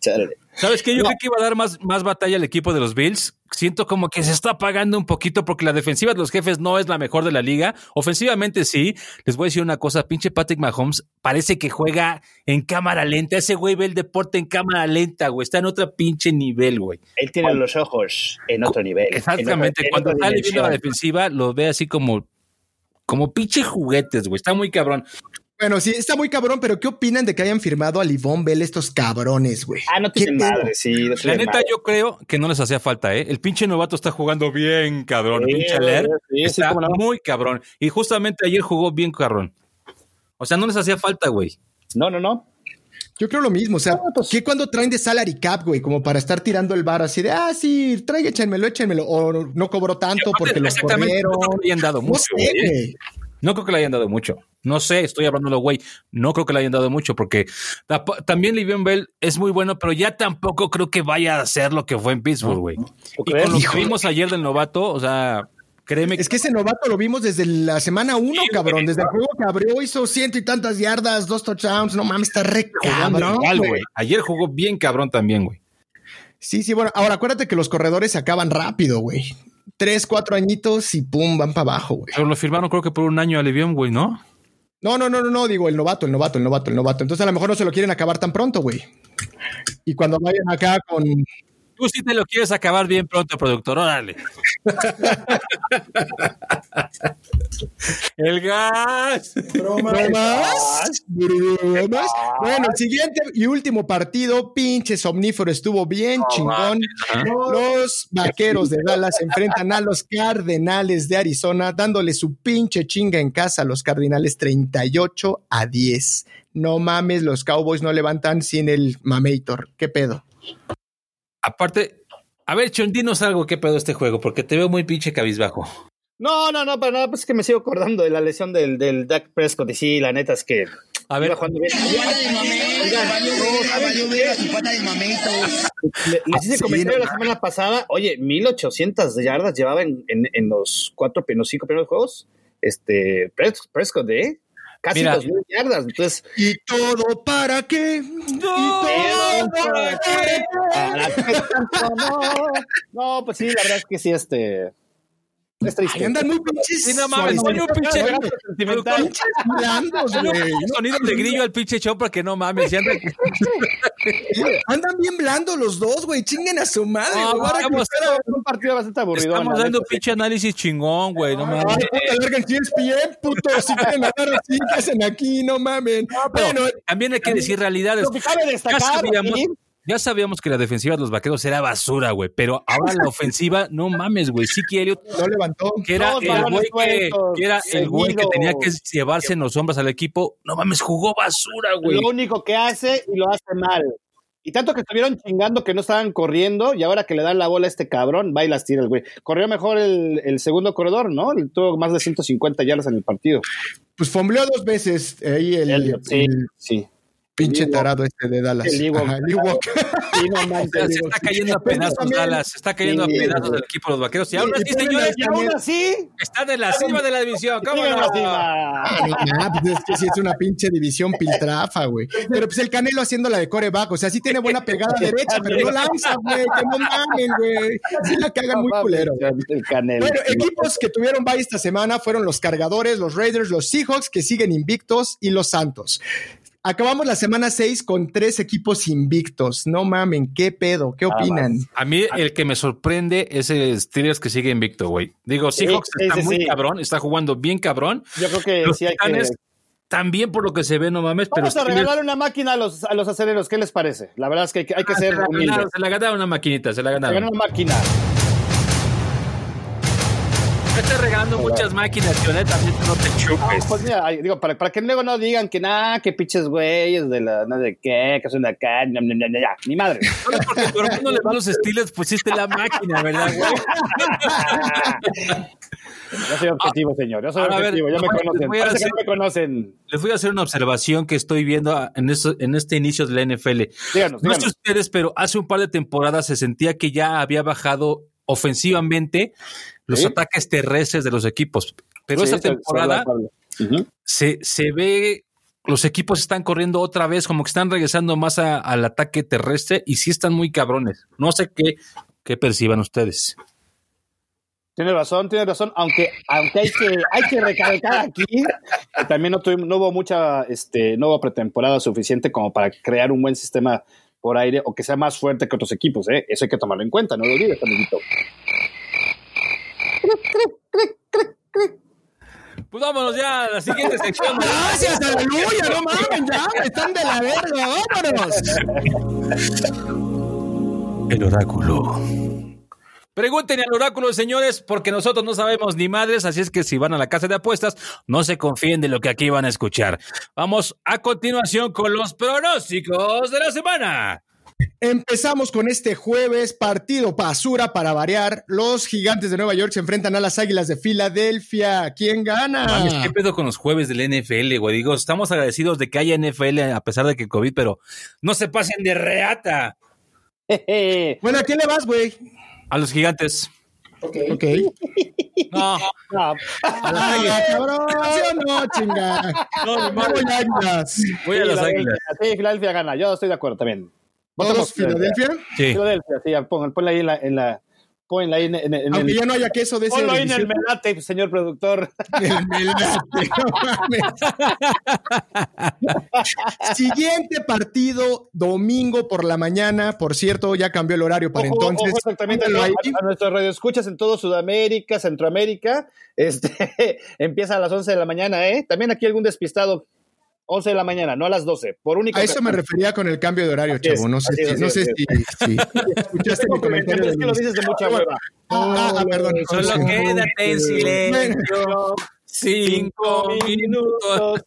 Chale.
¿Sabes qué? Yo creo que iba a dar más, más batalla al equipo de los Bills. Siento como que se está apagando un poquito porque la defensiva de los jefes no es la mejor de la liga. Ofensivamente sí. Les voy a decir una cosa. Pinche Patrick Mahomes parece que juega en cámara lenta. Ese güey ve el deporte en cámara lenta, güey. Está en otro pinche nivel, güey.
Él tiene los ojos en otro nivel. en
Exactamente.
otra- en
Cuando
otra
sale viendo la
dimensión.
defensiva, lo ve así como, como pinche juguetes, güey. Está muy cabrón.
Bueno, sí, está muy cabrón, pero ¿qué opinan de que hayan firmado a Livón Bell estos cabrones, güey?
Ah, no tiene
¿Qué pedo?
madre, sí. no
La
tiene
neta,
madre.
yo creo que no les hacía falta, ¿eh? El pinche novato está jugando bien, cabrón.
Sí,
El pinche Ler
sí, sí,
está
cómo no.
muy cabrón. Y justamente ayer jugó bien, cabrón. O sea, no les hacía falta, güey.
No, no, no.
Yo creo lo mismo, o sea,
pues-
¿qué cuando traen de salary cap, güey? Como para estar tirando el bar así de, ah, sí, traiga, échenmelo, échenmelo, o no- no cobró tanto
Aparte,
porque los
exactamente,
corrieron.
No creo que le hayan dado
No
mucho,
sé,
güey, ¿eh?
güey.
No creo que le hayan dado mucho. No sé, estoy hablándolo, güey. No creo que le hayan dado mucho porque tampo- también Livion Bell es muy bueno, pero ya tampoco creo que vaya a ser lo que fue en Pittsburgh, güey. Y
crees?
con lo que
Híjole.
vimos ayer del novato, o sea, créeme
Es que ese novato lo vimos desde la semana uno,
Sí,
cabrón.
güey.
Desde el juego que abrió, hizo ciento y tantas yardas, dos touchdowns. No mames, está re
jugando
cabrón,
igual,
güey.
güey. Ayer jugó bien cabrón también, güey.
Sí, sí, bueno. Ahora acuérdate que los corredores se acaban rápido, güey. Tres, cuatro añitos y pum, van para abajo, güey.
Pero lo firmaron creo que por un año a Levión, güey, ¿no?
No, no, no, no, no, digo, el novato, el novato, el novato, el novato. Entonces a lo mejor no se lo quieren acabar tan pronto, güey. Y cuando vayan acá con.
Tú sí te lo quieres acabar bien pronto, productor, órale. El gas.
¿Bromas? ¿Bromas? Bueno, el siguiente y último partido, pinche somnífero, estuvo bien chingón. Los vaqueros de Dallas enfrentan a los Cardenales de Arizona, dándole su pinche chinga en casa a los Cardinales 38 a 10. No mames, los Cowboys no levantan sin el Mamator. ¿Qué pedo?
Aparte, a ver, Chon, dinos algo qué pedo este juego, porque te veo muy pinche cabizbajo.
No, no, no, para nada, pues es que me sigo acordando de la lesión del, del Dak Prescott. Y sí, la neta es que.
A ver,
iba jugando bien. Le- Les hice
Sí,
comentario
no
la semana pasada, oye, 1800 yardas llevaba en, en- en los cuatro, en los cinco primeros juegos, este, Pres- Prescott, ¿eh? Casi
Mira.
2000 yardas, entonces,
¿Y todo para qué? ¿Y
¡Oh,
todo para qué?
eh, no, no, pues sí, la verdad es que sí, este, es triste.
Ay, andan muy pinches.
Sí, no mames, soy un pinche-
Oigan, pinches blandos, güey.
sonido de grillo al pinche Chon para que no mames. ya anda-
Andan bien blandos los dos, güey. Chinguen a su madre.
No,
güey. Ahora que
estamos-
fuera-
Es un partido bastante aburrido.
Estamos
la
dando
neta, sí.
pinche análisis chingón, güey, no
Ay,
mames.
puta, largan ESPN, puto. Si quieren hablar así, ¿qué hacen aquí? No mamen. bueno,
También hay que decir realidades.
Lo que cabe
Ya
destacar,
sabíamos,
aquí,
ya sabíamos que la defensiva de los vaqueros era basura, güey. Pero ahora la ofensiva, no mames, güey. Sí que Elliot,
no levantó.
que era
Dos
el
balones
güey que,
sueltos,
que era el güey que
seguidos.
tenía que llevarse en los hombros al equipo, no mames, jugó basura, güey.
lo único que hace y lo hace mal. Y tanto que estuvieron chingando que no estaban corriendo y ahora que le dan la bola a este cabrón, va y las tira el güey. Corrió mejor el, el segundo corredor, ¿no? Tuvo más de 150 yardas en el partido.
Pues fombleó dos veces ahí el,
El- sí,
el
sí.
pinche
El Ewok.
tarado este de Dallas.
El Ewok.
Ajá, el Ewok.
Sí, no manches,
Se
digo,
está
sí.
cayendo a pedazos
también.
Dallas, se está cayendo a
Sí.
pedazos del equipo de los vaqueros. Y aún
Y
así,
ponen
señores,
ahí
Y aún así,
está de la cima de la división. ¿Cómo
siguen
no?
arriba.
Ah, no, nah, pues es que sí es una pinche división piltrafa, güey. Pero pues el Canelo haciendo la de coreback, o sea, sí tiene buena pegada derecha, pero no lanza, güey. Que no mamen, güey. Sí la cagan muy
Papá,
culero. güey.
El canelo.
Bueno, equipos que tuvieron bye esta semana fueron los Cargadores, los Raiders, los Seahawks, que siguen invictos, y los Santos. Acabamos la semana 6 con tres equipos invictos. No mamen, qué pedo, qué opinan.
A mí el que me sorprende es el Steelers que sigue invicto, güey. Digo, Seahawks
sí,
está
sí,
muy
sí.
cabrón, está jugando bien cabrón.
Yo creo que
Los
sí hay que.
Titanes también por lo que se ve, no mames, pero
Vamos a
Steelers-
regalar una máquina a los, a los acereros. ¿Qué les parece? La verdad es que hay que, hay que
Ah, se
ser
la ganaron,
humildes.
se la ganaron una maquinita, se la ganaron.
Regalar una máquina.
No estés regalando muchas máquinas, Tionet, también no te chupes.
Pues mira, ay, digo, para, para que luego no digan que nada, que pinches güeyes de la, no de qué, que son de acá, ñam, ñam, ñam, ñam, ya, ni madre.
Solo porque tu hermano le va a los Steelers, pusiste la máquina, ¿verdad, güey?
Yo soy objetivo, señor. Yo soy
ahora, Ah, a ver,
objetivo. ya me
voy a-
conocen.
voy a
Parece que
hacer-
no me conocen.
Les voy a hacer una observación que estoy viendo a- en, eso- en este inicio de la NFL.
Díganos,
No
díganos.
sé ustedes, pero hace un par de temporadas se sentía que ya había bajado ofensivamente los
Sí.
ataques terrestres de los equipos. Pero
Sí,
esta
estoy- estoy
temporada
hablando, Pablo. Ujú.
se, se ve, los equipos están corriendo otra vez, como que están regresando más a- al ataque terrestre y sí están muy cabrones. No sé qué, qué perciban ustedes.
Tiene razón, tiene razón, aunque, aunque hay que, hay que recalcar aquí que también no tuvimos, no hubo mucha, este, no hubo pretemporada suficiente como para crear un buen sistema por aire o que sea más fuerte que otros equipos, ¿eh? Eso hay que tomarlo en cuenta, no lo olvides, amiguito.
Pues vámonos ya a la siguiente sección.
Gracias, aleluya, no mamen, ya, me están de la verga, vámonos.
El oráculo. Pregúntenle al oráculo, señores, porque nosotros no sabemos ni madres, así es que si van a la casa de apuestas, no se confíen de lo que aquí van a escuchar. Vamos a continuación con los pronósticos de la semana.
Empezamos con este jueves, partido basura para variar. Los gigantes de Nueva York se enfrentan a las águilas de Filadelfia. ¿Quién
Mames,
gana?
¿qué pedo con los jueves del NFL, güey? Digo, estamos agradecidos de que haya NFL a pesar de que COVID, pero no se pasen de reata
Jeje.
Bueno, ¿a quién le vas, güey?
a los gigantes.
Ok.
No,
Ah,
A las águilas, cabrón. ¿Sí o no, chinga?
no,
Vamos, águilas.
voy a las
Filadelfia,
águilas.
Sí, Filadelfia gana, yo estoy de acuerdo también. Vota por
¿Todos Filadelfia?
Sí.
Filadelfia, sí, ya, pongan- ponla ahí en la, en la- ponla ahí en, en- en
Aunque
el...
ya no haya queso de ese.
Ponlo ahí en el
delicioso-
melate, señor productor.
El melate, no mames. Siguiente partido, domingo por la mañana. Por cierto, ya cambió el horario para
Ojo,
entonces.
ojo, exactamente,
pónganlo
¿no?
ahí.
a, a nuestros radioescuchas en todo Sudamérica, Centroamérica, este empieza a las 11 de la mañana, ¿eh? También aquí algún despistado, 11 de la mañana, no a las 12, por única
A eso me
ocasión.
refería con el cambio de horario,
Así es,
chavo. No sé
así es,
si,
así
no
es,
sé
así
si, si escuchaste mi
Tengo
este comentario.
comentarios, es que lo
del
dices de mucha
inicio.
hueva.
Ah, ah, perdón.
Solo
Sí.
quédate en silencio. Cinco minutos.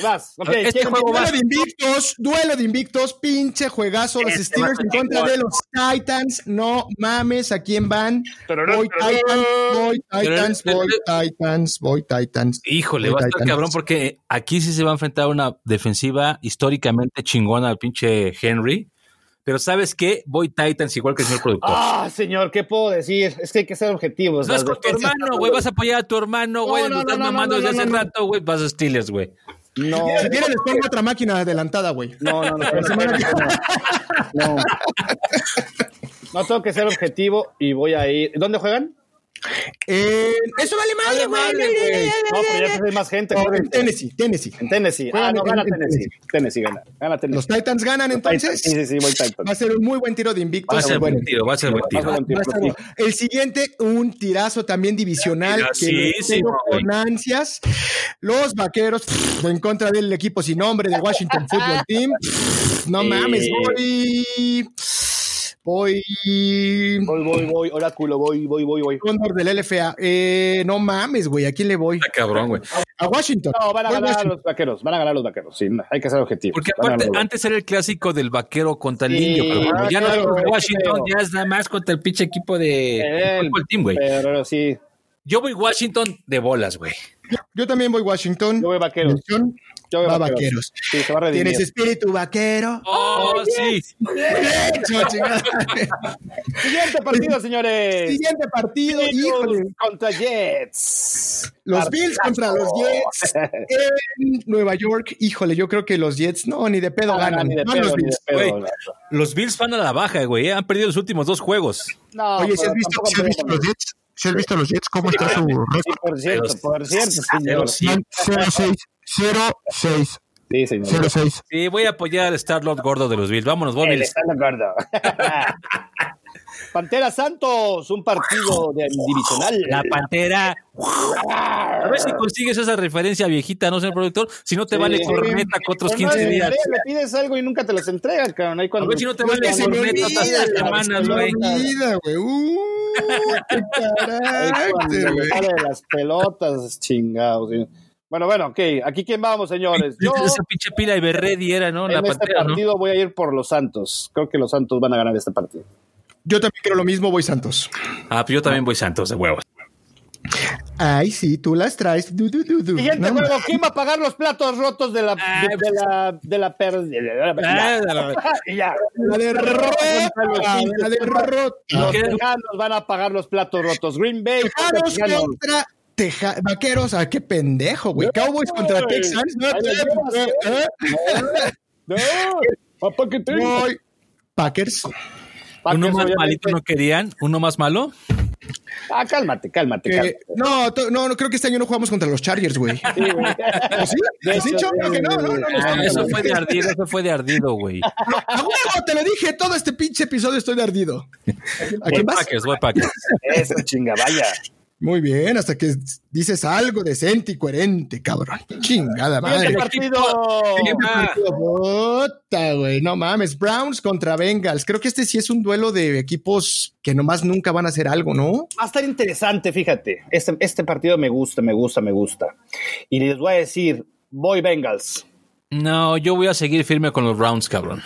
Vas, ok,
Este
¿quién
juego
empieza?
Duelo de invictos, duelo de invictos, pinche juegazo. Los
Este
Steelers en contra de los Titans. No mames, ¿a quién van? Voy Titans, voy Titans, voy Titans, voy Titans.
Híjole,
Voy
va a estar
Titans.
cabrón porque aquí sí se va a enfrentar una defensiva históricamente chingona al pinche Henry. Pero ¿sabes qué? Voy Titans igual que el señor productor.
Ah, señor, ¿qué puedo decir? Es que hay que ser objetivos.
Vas
las
con tu
defensas-
hermano, güey. Vas a apoyar a tu hermano, güey.
No, no,
lo estás
no, no,
mamando
no,
desde
no,
hace
no.
rato, güey. Vas a Steelers, güey.
No,
Si quieres, les pongo otra máquina adelantada, güey.
No, no, no. No. No tengo que ser objetivo y voy a ir. ¿Dónde juegan?
Eh, eso vale madre, güey.
No, pero ya hay más gente.
Oh,
joder.
en Tennessee, Tennessee.
En Tennessee. Ah,
Juegan
no,
en-
gana
en
Tennessee. Tennessee gana. Gana
Los
Tennessee.
Titans ganan entonces.
Sí, sí, sí, voy Titans.
Va a ser un muy buen tiro de invictos.
Va a ser
Bueno,
buen tiro, va a ser buen
Vas
tiro.
con tiro,
va a ser bueno. El siguiente, un tirazo también divisional. que lo
Tiracísimo,
espero con ansias. Los vaqueros pff, en contra del equipo sin nombre de Washington Football Team. Pff, No
Sí.
mames, voy. Voy.
Voy, voy, voy. Oráculo, voy, voy, voy, voy.
Cóndor del LFA. Eh, no mames, güey. ¿A quién le voy?
Está Ah, cabrón, güey.
A Washington.
No, van a
Voy
ganar
Washington.
los vaqueros. Van a ganar los vaqueros. Sí, hay que ser objetivos.
Porque
Van a
aparte,
ganar los
antes era el clásico del vaquero contra el
Sí,
niño, pero como
ah,
ya no es
claro,
contra
güey,
Washington,
pero- Eh,
ya es nada más contra el pinche equipo de
vaqueros.
fútbol team, güey.
Pero sí.
Yo voy Washington de bolas, güey.
Yo, yo también voy Washington.
Yo voy Vaqueros.
Mención,
Yo voy
va
Vaqueros.
vaqueros.
Sí, se va a redimir.
Tienes espíritu vaquero.
Oh, sí.
Eso, chingada.
Siguiente partido, señores.
Siguiente partido,
Bills
híjole.
Contra Jets.
Los Bills contra los Jets en Nueva York. Híjole, yo creo que los Jets no, ni de pedo
No,
ganan.
ni de
Van
pedo,
los
ni de
Bills.
pedo,
Güey.
ganan.
Los Bills van a la baja, güey. eh. Han perdido los últimos dos juegos.
No,
Oye, ¿sí
pero
has visto-
tampoco
sí
¿Se has visto
podemos-
los Jets? ¿Se has visto los Jets? ¿Cómo está su
Sí,
récord?
por cierto,
Pero-
por cierto,
Pero
señor.
sí.
0-6, 0-6,
Sí, señor.
0-6.
Sí, voy a apoyar al Star Lord gordo de los Bills. Vámonos,
El
Bobby.
Estado Gordo. Pantera Santos, un partido de divisional.
La pantera. A ver si consigues esa referencia viejita, no señor productor. Si no te
Sí.
vale corneta con otros
Pero no,
15
le-
días.
Le pides algo y nunca te las entregan, cabrón. Ahí
A
cuando...
ver si no te
Es
vale
que se me
corneta
olvida,
todas las
cabrón, se
semanas,
me
güey.
olvida, güey. Uy, qué
Ahí
carácter,
cuando
güey.
le sale de las pelotas, chingados. sí. Bueno, bueno, ok. Aquí quién vamos, señores. Yo
Esa pinche pila de Berredi era, ¿no? La
en este
pantera, ¿no?
partido voy a ir por los Santos. Creo que los Santos van a ganar este partido.
Yo también creo lo mismo, voy Santos.
Ah, pues yo también voy Santos de huevos.
Ay, sí, tú las traes. Du, du, du, du.
Siguiente
No,
juego, ¿quién va a pagar los platos rotos de la
Ay,
de, de la de la per- de la- de Ah, la-
ah.
y ya.
La derrota. La derrota.
Los
¿Qué? Ah,
tejanos van a pagar los platos rotos. Green Bay contra
Tejanos
Tejanos.
contra Teja- Vaqueros. Ah, qué pendejo, güey. Cowboys contra
Güey.
Texans.
Ahí la llevas,
Eh,
No, papá, ¿qué
eh,
tengo?
Voy. Packers. eh,
Ah,
Uno más
Obviamente.
malito no querían, uno más malo.
Ah, cálmate, cálmate,
Eh,
cálmate.
no, to- no, no, creo que este año no jugamos contra los Chargers, güey.
Sí, güey.
¿O sí? ¿O sí, Chon? Creo que no, no, no, no,
Ah,
no,
eso
no.
fue de ardido, eso fue de ardido, güey.
¡A huevo! Te lo dije, todo este pinche episodio estoy de ardido. ¿A
Voy
quién vas?
Packers, voy Packers.
Eso, chinga, vaya.
Muy bien, hasta que dices algo decente y coherente, cabrón. Chingada madre.
Siguiente este partido.
Ah,
Puta, güey, no mames. Browns contra Bengals. Creo que este sí es un duelo de equipos que nomás nunca van a hacer algo, ¿no?
Va a estar interesante, fíjate. Este, este partido me gusta, me gusta, me gusta. Y les voy a decir, voy Bengals.
No, yo voy a seguir firme con los rounds, cabrón.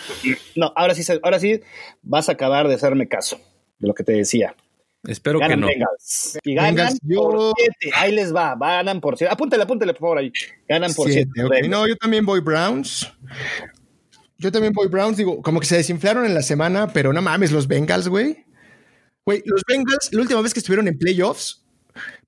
No, ahora sí, se- ahora sí vas a acabar de hacerme caso de lo que te decía.
Espero que
Ganan
no.
Bengals. Y ganan
Bengals, yo-
por siete. Ahí les va, ganan por siete. Apúntale, apúntale, por favor, ahí. Ganan por siete.
Siete, ok. No, yo también voy Browns. Yo también voy Browns. Digo, como que se desinflaron en la semana, pero no mames, los Bengals, güey. Güey, los Bengals, la última vez que estuvieron en playoffs,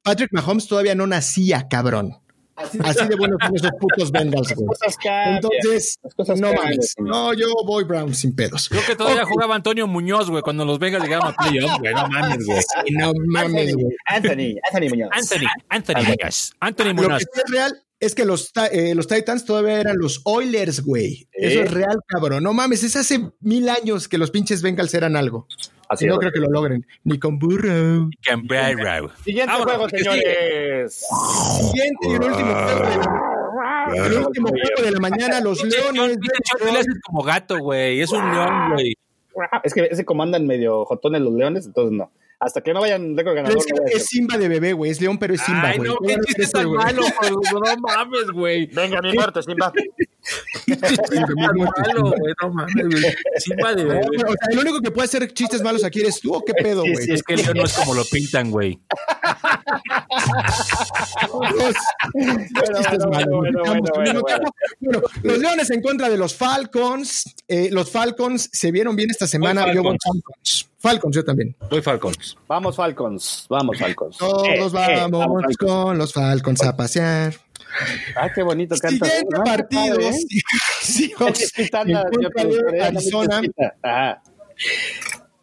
Patrick Mahomes todavía no nacía, cabrón. Así de buenos son esos putos Bengals, güey.
Cosas cambian.
Entonces,
Las cosas
no
cambian.
mames. No, yo voy Browns sin pedos.
Creo que todavía jugaba Antonio Muñoz, güey, cuando los Vegas llegaron a playoff, güey. No mames, güey.
Y no mames, güey.
Anthony, Anthony, Anthony Muñoz.
Anthony, Anthony Muñoz. Anthony
Lo que
Muñoz.
sí es real es que los, Ti- eh, los Titans todavía eran los Oilers, güey. Eso
¿Eh?
es real, cabrón. No mames, es hace mil años que los pinches Bengals eran algo.
Así
no
es.
creo que lo logren. Ni con Burrow.
Canberra, güey.
Siguiente
Vámonos,
juego,
que sigue.
señores.
Siguiente y el último juego. de la- El último juego de la mañana, los
Pinche Chon,
Leones.
pinche Chon, tú le haces como gato, güey. Es un león, güey.
Es que ese comandan medio jotones los leones, entonces no. Hasta que no vayan récord
Pero
ganador.
Es,
no voy a
que es
decir.
Simba de bebé, güey. Es León, pero es Simba,
Ay,
güey.
no, qué chiste
Ese,
tan
güey.
malo, güey. No mames, güey.
Venga, mi muerte, Simba.
Tan malo, güey. No mames, güey. Simba de
No,
bebé.
pero, o sea, el único que puede hacer chistes malos aquí eres tú o qué pedo,
Sí,
güey.
sí,
Es que el león no es como lo pintan, güey.
Dos- dos
Bueno,
chistes
bueno,
malos,
bueno,
güey.
bueno,
Estamos
bueno,
al mismo
bueno.
tiempo. Bueno, los Leones en contra de los Falcons. Eh, los Falcons se vieron bien esta semana.
Voy
Yo voy Falcons. Falcons, yo también.
Voy Falcons.
Vamos, Falcons. Vamos, Falcons.
Todos
Eh, eh,
vamos
Falcons.
con los Falcons a pasear.
Ah, qué bonito canta.
Siguiente
Ah,
partido.
padre, ¿eh?
Seahawks
Es que está
en
la-
contra
yo- ¿eh?
de
yo-
Arizona.
Ajá.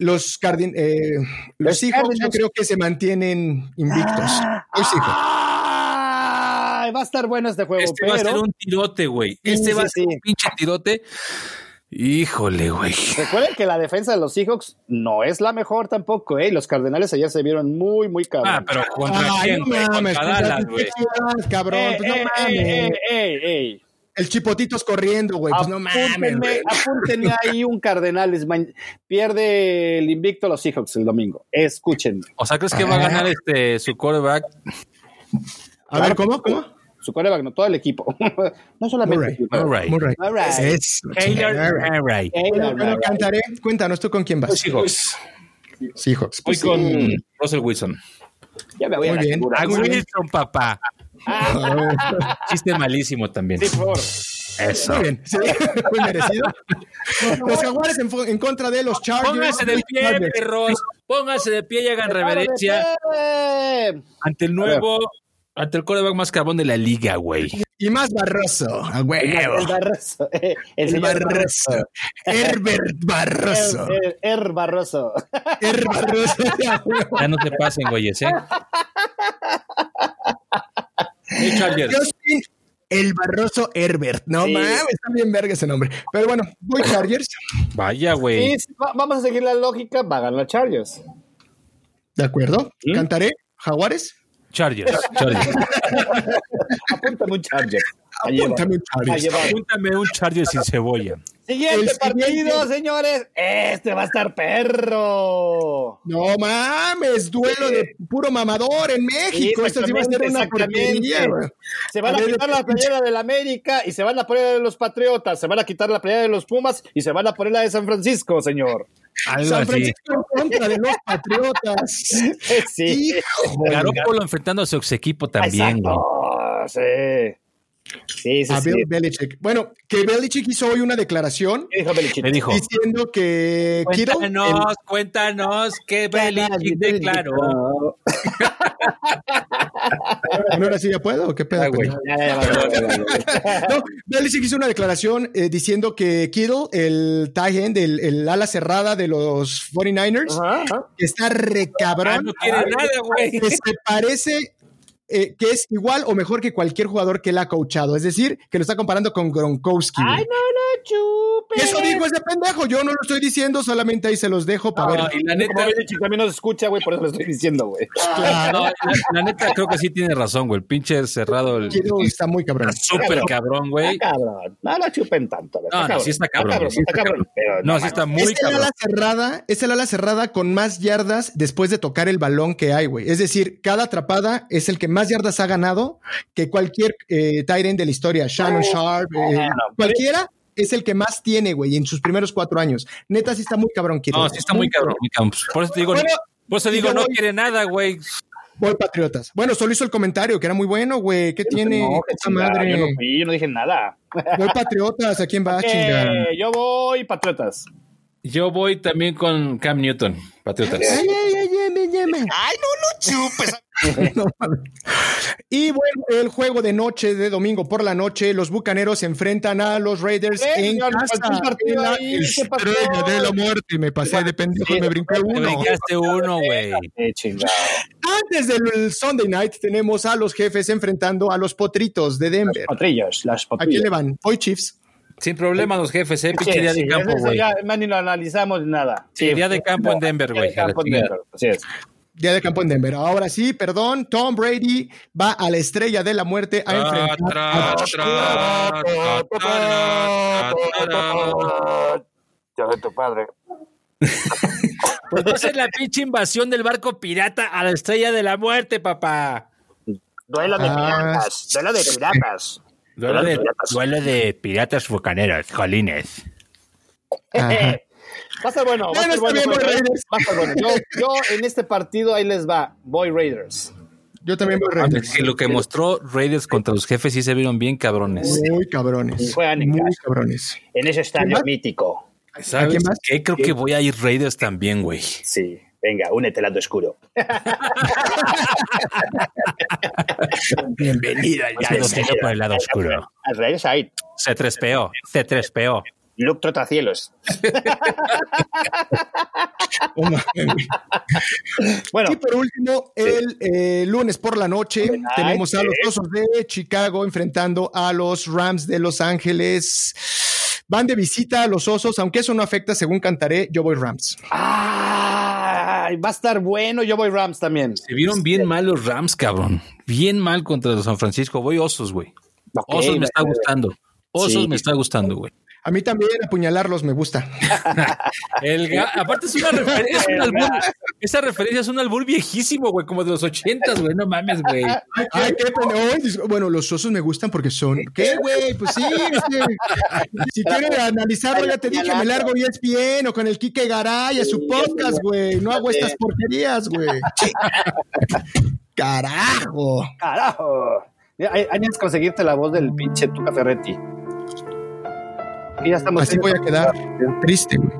Los, Cardin- eh, los
Los
Seahawks yo
Cardinals. Ah,
creo que se mantienen invictos. Los Seahawks.
Ay, va a estar bueno este juego,
Este
pero
va a ser un tirote, güey.
Sí,
Este va a
sí,
ser
sí.
un pinche tirote. Híjole, güey.
recuerden que la defensa de los Seahawks no es la mejor tampoco, ¿eh? Los Cardenales ayer se vieron muy, muy cabrón.
Ah, pero contra
Ay,
quién,
no
güey.
mames,
Contra Dallas,
pues,
güey.
cabrón,
Eh,
pues no
eh,
mames.
eh, eh, eh, eh.
El chipotitos corriendo, güey, pues no mames.
Ah, apúntenme,
güey.
apúntenme ahí un Cardenales. ma- Pierde el invicto a los Seahawks el domingo. Escuchen.
O sea, ¿crees que va a ganar este su quarterback?
A ver, ¿cómo? ¿Cómo?
Su coreback, no todo el equipo. no solamente.
Murray.
el equipo.
Murray.
Murray.
Murray.
Es- Murray.
Murray.
Eh,
Bueno,
no, no,
bueno,
no.
cantaré. Cuéntanos, ¿tú con quién vas?
Seahawks.
Seahawks.
Voy
Pues,
con
sí.
Russell Wilson.
Ya me voy a
Muy
la
bien.
figura.
A Wilson, papá. Chiste malísimo también.
Sí, por.
Eso.
Ah. Muy bien, sí, muy merecido. Los Jaguares en, fu- en contra de los Chargers.
Póngase de pie, perros. Póngase de pie y hagan reverencia
¡Eh!
ante el nuevo, ante el coreback más cabrón de la liga, güey.
Y más barroso, a huevo.
El Barroso. eh, El
El
señor
Barroso. Herbert Barroso.
Barroso. Er, er- er Barroso.
Herbert Barroso. a huevo.
Ya no te pasen, güeyes, ¿eh? Hey, Chargers.
Justin, el Barroso Herbert. No
Sí.
mames, está bien verga ese nombre. Pero bueno, voy Chargers.
Vaya, güey.
Y si va- vamos a seguir la lógica, va a ganar Chargers.
¿De acuerdo?
¿Mm?
Cantaré Jaguares.
Chargers. Chargers.
Apúntame un Chargers. A llevar.
Apúntame
A
un Chargers.
llevar.
Apúntame un Chargers sin cebolla.
Siguiente
El
partido,
siguiente.
señores. Este va a estar perro.
No mames, duelo de puro mamador en México. Esto sí va a ser una porquería.
Exactamente.
güey.
Se van a,
A ver,
quitar la playera del América y se van a poner la de los Patriotas, se van a quitar la playera de los Pumas y se van a poner la de San Francisco, señor.
Algo
San
así.
Francisco en contra de los Patriotas.
Eh, Sí.
Híjole.
Garoppolo enfrentando a su ex equipo también, güey.
Exacto, sí. Sí, sí,
A
sí.
Bill Belichick. Bueno, que Belichick hizo hoy una declaración
¿Qué dijo Belichick?
Le dijo.
diciendo que Kittle,
Cuéntanos, cuéntanos qué Belichick declaró.
el- ahora sí ya puedo, ¿o qué
Ah,
pedo.
Ay, güey.
pendejo?
Ya, ya, ya, ya, ya, ya, ya.
No, Belichick hizo una declaración eh, diciendo que Kittle, el tight end, el, el ala cerrada de los 49ers,
Ajá, ajá.
que está
Ah,
recabrón,
no quiere nada, güey.
que se parece eh, que es igual o mejor que cualquier jugador que él ha coachado. Es decir, que lo está comparando con Gronkowski. güey.
Ay, no, no, chupe.
Eso dijo ese pendejo, yo no lo estoy diciendo, solamente ahí se los dejo
No,
para ver.
y la
Como
neta,
Belichick también nos escucha, güey, por eso lo estoy diciendo, güey.
no, la, la neta creo que sí tiene razón, güey. El pinche cerrado, el
Kittle está muy cabrón.
súper cabrón, güey.
Está cabrón. No la chupen tanto. güey.
No, no, sí está cabrón, sí
está
está
cabrón. pero
No, sí
mames.
está muy
es el
cabrón.
ala cerrada, es el ala cerrada con más yardas después de tocar el balón que hay, güey. Es decir, cada atrapada es el que más yardas ha ganado que cualquier eh, tight end de la historia. Shannon Sharp, eh, cualquiera es el que más tiene, güey, en sus primeros cuatro años. Neta, sí está muy cabrón, Kittle.
No, sí está muy cabrón. muy cabrón. Por eso te digo,
Bueno,
por eso digo
yo
no
voy-
quiere nada, güey.
Voy Patriotas. Bueno, solo hizo el comentario, que era muy bueno, güey. ¿Qué tiene?
No,
Esa
chingada,
madre.
Yo no, fui, yo no dije nada.
Voy Patriotas, ¿a quién va, chinga?
Eh, yo voy, patriotas.
Yo voy también con Cam Newton, Patriotas.
Ay, ay, ay, ay, ay, ay.
Ay, no, no chupes.
No mames. y bueno, el juego de noche, de domingo por la noche, los bucaneros se enfrentán a los Raiders
Eh,
en
ya nos
casa.
faltó un partido
La
ahí, ¿qué pasó?
estrella de la muerte, me pasé de pendejo y me brinqué
Te
uno.
brincaste uno, güey.
Eh, chingado.
Antes del Sunday night, tenemos a los jefes enfrentando a los potritos de Denver.
Patrillas, las
¿A quién
patrillas.
le van? Hoy Chiefs.
Sin problema los jefes, eh. Pinche
Sí,
día
sí,
de campo,
eso
güey.
ya, man, ni lo analizamos ni nada.
Sí, día de campo en Denver,
Día de
güey. a la
campo en
chingada.
Denver, Así es.
Día de campo en Denver. Ahora sí, perdón. Tom Brady va a la estrella de la muerte a enfrentar a
Yo soy tu padre.
Pues va a ser la pinche invasión del barco pirata a la estrella de la muerte, papá.
Duelo de
Ah.
piratas. Duelo de piratas.
Duelo de,
piratas.
duelo de piratas bucaneros, jolines.
Ajá.
Eh, Va a ser bueno. Va a ser
Bueno, está
bueno.
bien, voy
güey.
Raiders.
Va a estar bueno. Yo, yo en este partido ahí les va. Voy Raiders.
Yo también voy Raiders.
Ah, pues lo que mostró Raiders contra los jefes sí se vieron bien cabrones.
Muy cabrones.
Juegan en
Muy
casa.
cabrones.
En ese estadio
más?
mítico.
¿Sabes
quién más?
qué? Creo que voy a ir Raiders también, güey.
Sí. Venga, únete al lado oscuro.
Bienvenida al lado oscuro. por el lado oscuro.
Al Raiders ahí.
C3PO, C3PO.
Luke Trotacielos.
Oh, mames.
Bueno,
Y por último, el eh, lunes por la noche tenemos a los Osos de Chicago enfrentando a los Rams de Los Ángeles. Van de visita a los Osos, aunque eso no afecta según cantaré, yo voy Rams.
Ay, va a estar bueno. Yo voy Rams también.
Se vieron bien
Este
mal los Rams, cabrón. Bien mal contra los San Francisco. Voy osos, güey.
Ok,
Osos me está
bueno.
gustando. Osos
Sí.
me está gustando, güey.
A mí también apuñalarlos me gusta.
El ga- aparte es una referencia, es un albur, esa referencia es un albur viejísimo, güey, como de los ochentas, güey, no mames, güey.
Ay, qué pena. Ay, dis- Bueno, los Osos me gustan porque son... ¿Qué, güey? Pues sí. este, si quieren analizarlo, ya te dije, me largo y es bien o con el Quique Garay a su podcast, güey. No hago estas porquerías, güey. Carajo.
Carajo. Ya, Hay, hay que conseguirte la voz del pinche Tuca Ferretti. Y ya estamos.
Así voy a quedar triste, güey.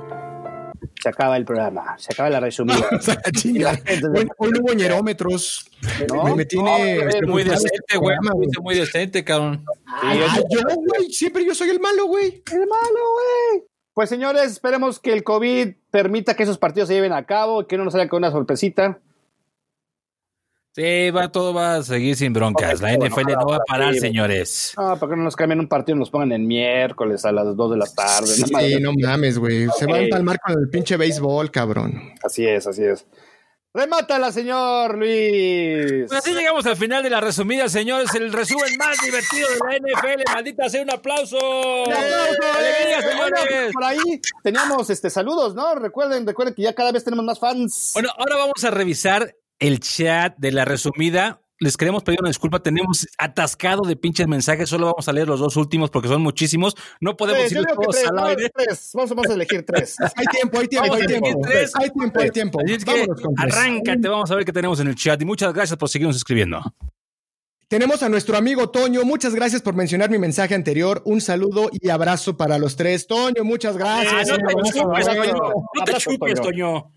Se acaba el programa. Se acaba la resumida.
O sea, la chinga. Hoy, hoy no hubo ñerómetros.
No,
me, me tiene.
no,
Muy
preocupado este
decente, güey.
programa,
Fuiste Muy decente, cabrón.
Y
Ah,
eso-
yo, güey. Siempre yo soy el malo, güey.
Hermano, güey. Pues señores, esperemos que el COVID permita que esos partidos se lleven a cabo, que no nos salga con una sorpresita.
Sí, va, todo va a seguir sin broncas. La NFL no va a parar, señores.
Ah, para que no nos cambien un partido y nos pongan el miércoles a las 2 de la tarde.
Sí,
No mames.
no mames, güey. Se va a
Ok.
empalmar con el pinche béisbol, cabrón.
Así es, así es. Remátala, señor Luis.
Pues así llegamos al final de la resumida, señores. El resumen más divertido de la NFL. Maldita sea, un aplauso.
Un aplauso,
¡Alegría,
eh. Bueno,
señores!
Por ahí teníamos este, saludos, ¿no? Recuerden, recuerden que ya cada vez tenemos más fans.
Bueno, ahora vamos a revisar el chat de la resumida. Les queremos pedir una disculpa. Tenemos atascado de pinches mensajes. Solo vamos a leer los dos últimos porque son muchísimos. No podemos
Tres, yo
decirlos
digo que
todos
tres,
al
no,
aire.
tres. Vamos, vamos a elegir tres.
Hay tiempo, hay tiempo,
Vamos
hay
a elegir
tiempo.
tres.
Hay tiempo, hay tiempo.
Así es que
Vámonos con tres.
arráncate. Vamos a ver qué tenemos en el chat. Y muchas gracias por seguirnos escribiendo.
Tenemos a nuestro amigo Toño. Muchas gracias por mencionar mi mensaje anterior. Un saludo y abrazo para los tres. Toño, muchas
Ah,
gracias.
no te
abrazo,
chupes,
abrazo,
Toño.
abrazo,
No te
abrazo,
chupes,
Toño.
Toño.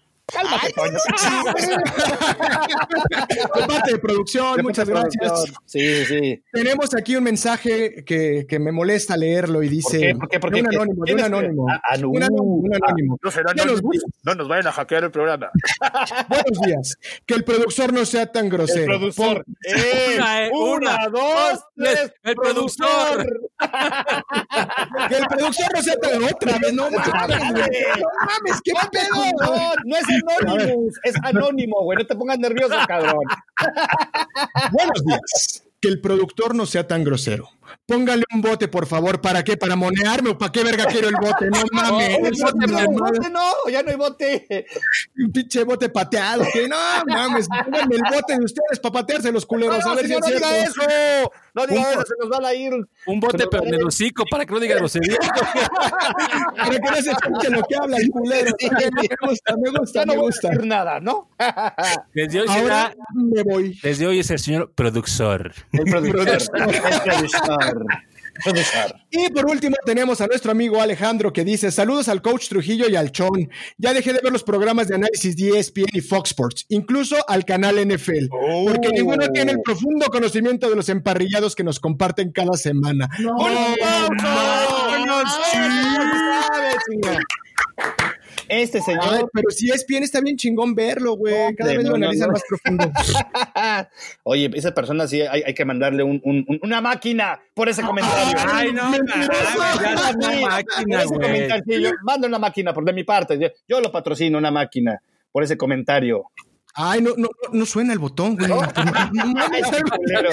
Por parte de producción, muchas gracias.
Sí, sí.
Tenemos aquí un mensaje que, que me molesta leerlo y dice.
qué? ¿Por qué? ¿Por qué?
De un
¿Qué?
anónimo, de
¿Quién
un
es que-
anónimo.
Ah, ah, no.
Un anónimo, un anónimo.
No será
Ya
no,
nos gusta.
no nos vayan a hackear el programa.
Buenos días. Que el productor no sea tan grosero.
El productor. Eh,
Una, eh,
una,
una,
dos,
dos,
tres.
tres. El productor.
Pon- Que el productor no sea tan otra vez. No mames, güey. No mames, qué pedo.
No, no es Anonymous, es anónimo, güey. No te pongas nervioso, cabrón.
Buenos días. Que el productor no sea tan grosero. Póngale un bote, por favor. ¿Para qué? ¿Para monearme o para qué verga quiero el bote? No
Eh,
mames.
Oh, un
No,
bote,
no,
mi hermano.
bote no, ya no hay bote.
un pinche bote pateado. Que no mames. Pónganme el bote de ustedes para patearse los culeros. a
no,
ver si
señor,
es
no diga
cierto.
eso. No diga eso, se nos van a ir.
Un bote, pero en el hocico para que no diga grosería.
Para que no se escuche lo que habla el culero. Me gusta, me
Ya
gusta,
no
me
voy
gusta.
a decir nada, ¿no?
Desde hoy será-
Ahora me voy.
Desde hoy es el señor productor.
El productor. El productor. Productor.
Y por último tenemos a nuestro amigo Alejandro que dice saludos al coach Trujillo y al Chon. Ya dejé de ver los programas de análisis de ESPN y Fox Sports, incluso al canal NFL, porque ninguno tiene el profundo conocimiento de los emparrillados que nos comparten cada semana. ¡Un aplauso!
Este
Ay,
señor.
pero si ESPN está bien chingón verlo, güey. Cada
Hombre,
vez lo
no, no,
analizan
no.
más profundo.
Oye, esa persona sí hay, hay que mandarle un, un- un- una máquina por ese comentario.
Ay, no, mames, ya es una
Sí,
máquina,
ese
güey.
comentario, yo- manda una máquina por de mi parte. Yo, yo lo patrocino una máquina por ese comentario.
Ay, no, no, no suena el botón, güey. No mames, algo-
Culero.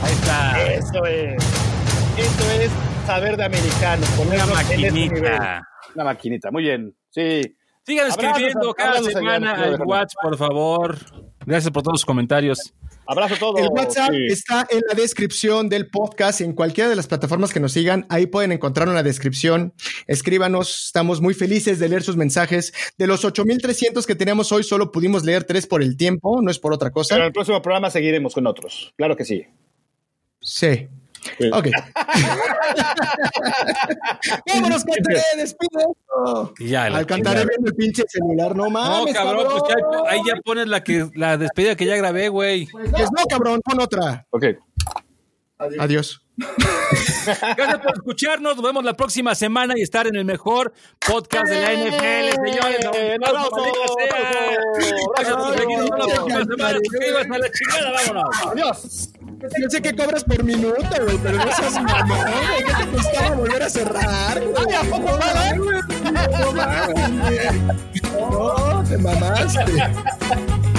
Ahí está.
Eso es. Eso es saber de americano.
Una
ponernos en este nivel.
maquinita.
Una maquinita, muy bien. Sí.
Sigan
Abrazos,
escribiendo cada
abrazos,
semana
señores.
al Watch, por favor. Gracias por todos los comentarios.
Abrazo a
Oh,
todos.
El WhatsApp
Sí.
está en la descripción del podcast, en cualquiera de las plataformas que nos sigan. Ahí pueden encontrar una descripción. Escríbanos. Estamos muy felices de leer sus mensajes. De los 8,300 que tenemos hoy, solo pudimos leer tres por el tiempo, no es por otra cosa.
Pero en el próximo programa seguiremos con otros. Claro que sí.
Sí. Ok. Vámonos, cantaré, despide.
Y ya. la-
Al cantaré viendo el pinche celular, no
No,
mames.
cabrón, pues ya- ahí ya pones la, que, la despedida que ya grabé, güey.
Pues no, cabrón, pon otra.
Ok.
Adiós.
Gracias por escucharnos. Nos vemos la próxima semana y estar en el mejor podcast de la NFL, señores.
¡Eh!
Un aplauso, maldita sea.
¡Aplauso!
Gracias por seguirnos. Nos vemos la próxima semana. Suscríbanse a la chingada, vámonos.
Adiós.
Yo sé que cobras por minuto, güey, pero no seas mamón, güey. ¿Qué te costaba volver a cerrar? güey?
¿a poco vale?
No, mames, güey. No, te mamaste.